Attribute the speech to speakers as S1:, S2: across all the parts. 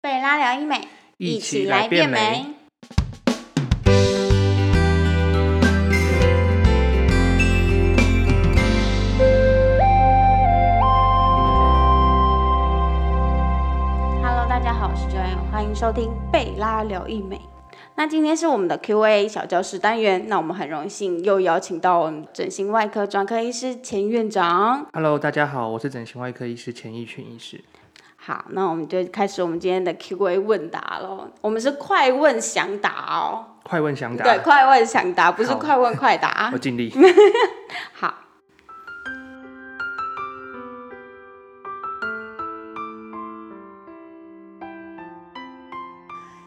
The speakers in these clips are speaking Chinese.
S1: 贝拉聊医美，
S2: 一起来变美。
S1: Hello，大家好，我是 Joanne，欢迎收听贝拉聊医美。那今天是我们的 Q&A 小教室单元，那我们很荣幸又邀请到我们整形外科专科医师钱院长。
S2: Hello，大家好，我是整形外科医师钱义群医师。
S1: 好，那我们就开始我们今天的 Q&A 问答喽。我们是快问想答哦，
S2: 快问想
S1: 对，
S2: 答，
S1: 快问想答，不是
S2: 好
S1: 快问快答
S2: 我。尽 力。
S1: 好，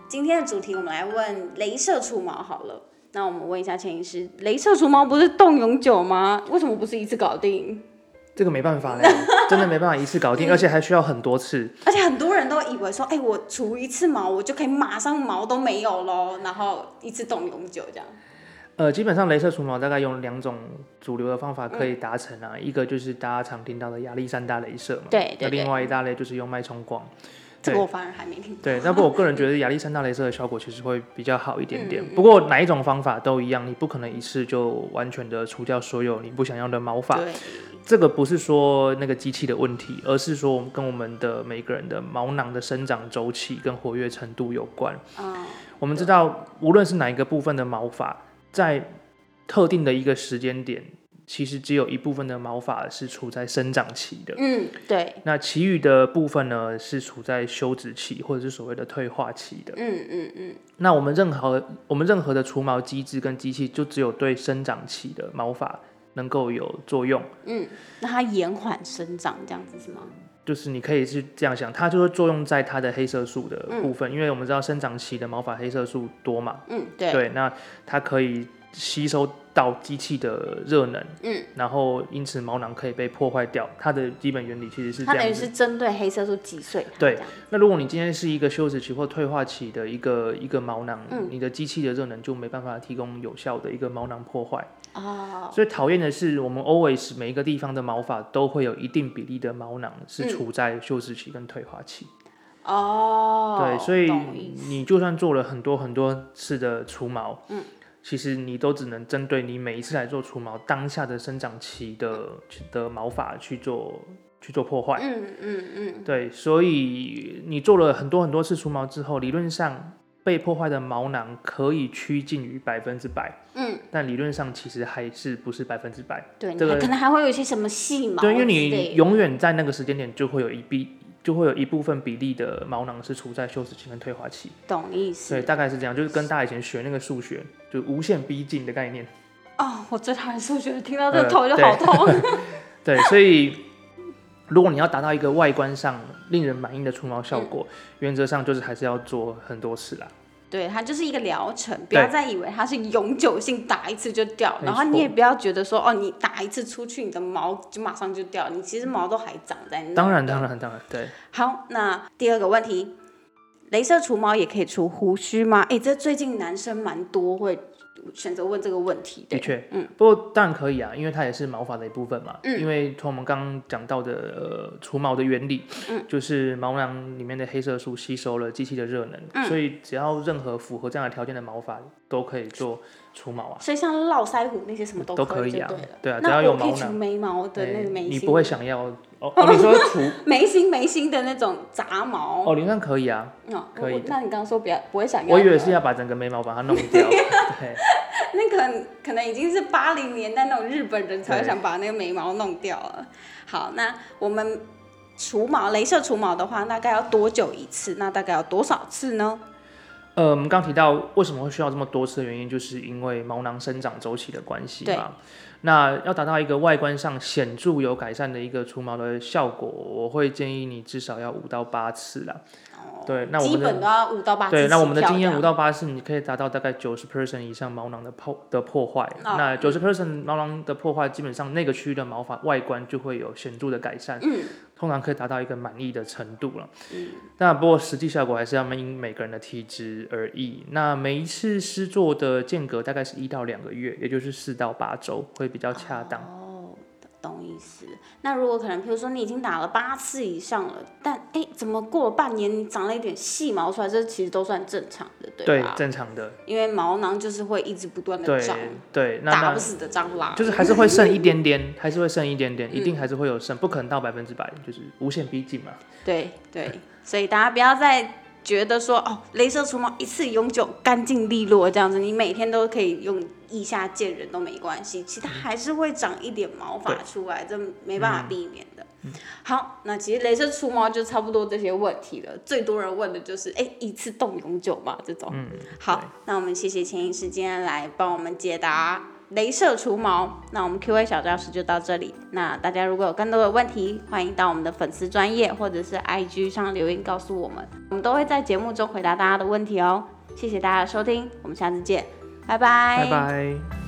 S1: 今天的主题我们来问镭射除毛好了。那我们问一下钱医师，镭射除毛不是动永久吗？为什么不是一次搞定？
S2: 这个没办法嘞，真的没办法一次搞定，而且还需要很多次。
S1: 而且很多人都以为说，哎、我除一次毛，我就可以马上毛都没有喽，然后一次动永久这样。
S2: 呃，基本上镭射除毛大概用两种主流的方法
S1: 嗯
S2: 可以达成啊，一个就是大家常听到的亚历山大镭射嘛，
S1: 对对
S2: 那另
S1: 对
S2: 外一大类就是用脉冲光。
S1: 这
S2: 对
S1: 个我反而还没听。
S2: 对，那不过我个人觉得亚历山大镭射的效果其实会比较好一点
S1: 嗯
S2: 点。不过哪一种方法都一样，你不可能一次就完全的除掉所有你不想要的毛发。
S1: 对，
S2: 这个不是说那个机器的问题，而是说我们跟我们的每个人的毛囊的生长周期跟活跃程度有关。
S1: 嗯，
S2: 我们知道，无论是哪一个部分的毛发，在特定的一个时间点，其实只有一部分的毛发是处在生长期的。
S1: 嗯，对，
S2: 那其余的部分呢，是处在休止期或者是所谓的退化期的。
S1: 嗯嗯嗯，
S2: 那我们任何我们任何的除毛机制跟机器，就只有对生长期的毛发能够有作用。
S1: 那它延缓生长这样子是吗？
S2: 就是你可以是这样想，它就会作用在它的黑色素的部分，因为我们知道生长期的毛发黑色素多嘛，
S1: 嗯，对，
S2: 那它可以吸收到机器的热能，
S1: 嗯，
S2: 然后因此毛囊可以被破坏掉，它的基本原理其实是
S1: 它
S2: 这
S1: 等于
S2: 样
S1: 是
S2: 子。
S1: 针对黑色素击碎它
S2: 对
S1: 这样
S2: 那如果你今天是一个休止期或退化期的一个一个毛囊，
S1: 嗯
S2: 你的机器的热能就没办法提供有效的一个毛囊破坏，
S1: 哦，
S2: 所以讨厌的是，我们 always 每一个地方的毛发都会有一定比例的毛囊是
S1: 嗯
S2: 处在休止期跟退化期。
S1: 哦，
S2: 对，所以
S1: 懂意思
S2: 你就算做了很多很多次的除毛，嗯，其实你都只能针对你每一次来做除毛当下的生长期的的毛发去做去做破坏。
S1: 嗯嗯嗯，
S2: 对，所以你做了很多很多次除毛之后，理论上被破坏的毛囊可以趋近于百分之百，
S1: 嗯，
S2: 但理论上其实还是不是百分之百。
S1: 对，
S2: 这
S1: 你还
S2: 个
S1: 可能还会有一些什么细毛之
S2: 对，
S1: 类
S2: 因
S1: 的，
S2: 为你永远在那个时间点就会有一比就会有一部分比例的毛囊是处在休止期跟退化期。
S1: 懂意
S2: 对，
S1: 思。
S2: 大概是这样，就是跟大家以前学那个数学，就无限逼近的概念。
S1: 哦，我最讨厌数学，听到这
S2: 呃
S1: 头就
S2: 对
S1: 好痛。
S2: 对，所以如果你要达到一个外观上令人满意的除毛效果，
S1: 嗯
S2: 原则上就是还是要做很多次啦。
S1: 对，它就是一个疗程，不
S2: 对
S1: 要再以为它是永久性打一次就掉，
S2: 没
S1: 然后你
S2: 错
S1: 也不要觉得说哦，你打一次出去，你的毛就马上就掉，你其实毛都还长在那。
S2: 当然，当然，当然，对，
S1: 好，那第二个问题，镭射除毛也可以除胡须吗？哎，这最近男生蛮多会选择问这个问题
S2: 的
S1: 的。
S2: 确，
S1: 嗯，
S2: 不过当然可以啊，因为它也是毛发的一部分嘛。
S1: 嗯
S2: 因为从我们刚刚讲到的呃除毛的原理，
S1: 嗯
S2: 就是毛囊里面的黑色素吸收了机器的热能，
S1: 嗯
S2: 所以只要任何符合这样的条件的毛发都可以做除毛啊。
S1: 所以像络腮胡那些什么
S2: 都
S1: 可
S2: 可以
S1: 就
S2: 啊
S1: 对了。
S2: 对啊只要
S1: 那
S2: 有
S1: 我可以
S2: 毛
S1: 除
S2: 囊
S1: 眉毛的哦那
S2: 哎
S1: 个眉
S2: 你
S1: 心，
S2: 不会想要 哦？哦，你说除
S1: 眉心眉心的那种杂毛。
S2: 哦，理论上可以啊，
S1: 哦我
S2: 可以
S1: 我
S2: 的
S1: 那你刚刚说不要不会 想要，
S2: 我以为是要把整个眉毛把它弄 掉，对，
S1: 那个可能已经是八零年代那种日本人才会想把那个眉毛弄掉了。好，那我们除毛，镭射除毛的话，大概要多久一次？那大概要多少次呢？
S2: 呃，我们刚提到为什么会需要这么多次的原因，就是因为毛囊生长周期的关系
S1: 对
S2: 嘛。那要达到一个外观上显著有改善的一个除毛的效果，我会建议你至少要五到八次啦。对，那我
S1: 哦基
S2: 们
S1: 本
S2: 的
S1: 都要五到八次。
S2: 对，那我们的经验五。到八次，你可以达到大概九十 percent 以上毛囊的破的破坏。
S1: 哦
S2: 那九十 percent 毛囊的破坏，基本上那个区域的毛发外观就会有显著的改善。
S1: 嗯，
S2: 通常可以达到一个满意的程度了。那不过实际效果还是要因每个人的体质而异。那每一次施做的间隔大概是一到两个月，也就是四到八周会比较恰当。
S1: 哦，懂意思。那如果可能，比如说你已经打了八次以上了，但哎，怎么过了半年你长了一点细毛出来，这其实都算正常的，
S2: 对
S1: 吧？
S2: 正常的，
S1: 因为毛囊就是会一直啊不断的
S2: 对
S1: 长，
S2: 对，那
S1: 打不
S2: 那
S1: 死的蟑螂。啊
S2: 就是还是会剩一点点，还是会剩一点点，一
S1: 嗯
S2: 定还是会有剩，不可能到百分之百，就是无限逼近嘛。
S1: 对对，所以大家不要再觉得说哦，镭射除毛一次永久干净利落这样子，你每天都可以用腋下见人都没关系，其他还是会长一点毛发出来，这没办法避免的。好，那其实镭射除毛就差不多这些问题了，最多人问的就是哎，一次动永久嘛这种。
S2: 嗯，
S1: 哦好，那我们谢谢钱医师今天来帮我们解答镭射除毛。那我们 Q&A 小教室就到这里。那大家如果有更多的问题，欢迎到我们的粉丝专业或者是 IG 上留言告诉我们，我们都会在节目中回答大家的问题哦。谢谢大家的收听，我们下次见，拜拜
S2: 拜拜。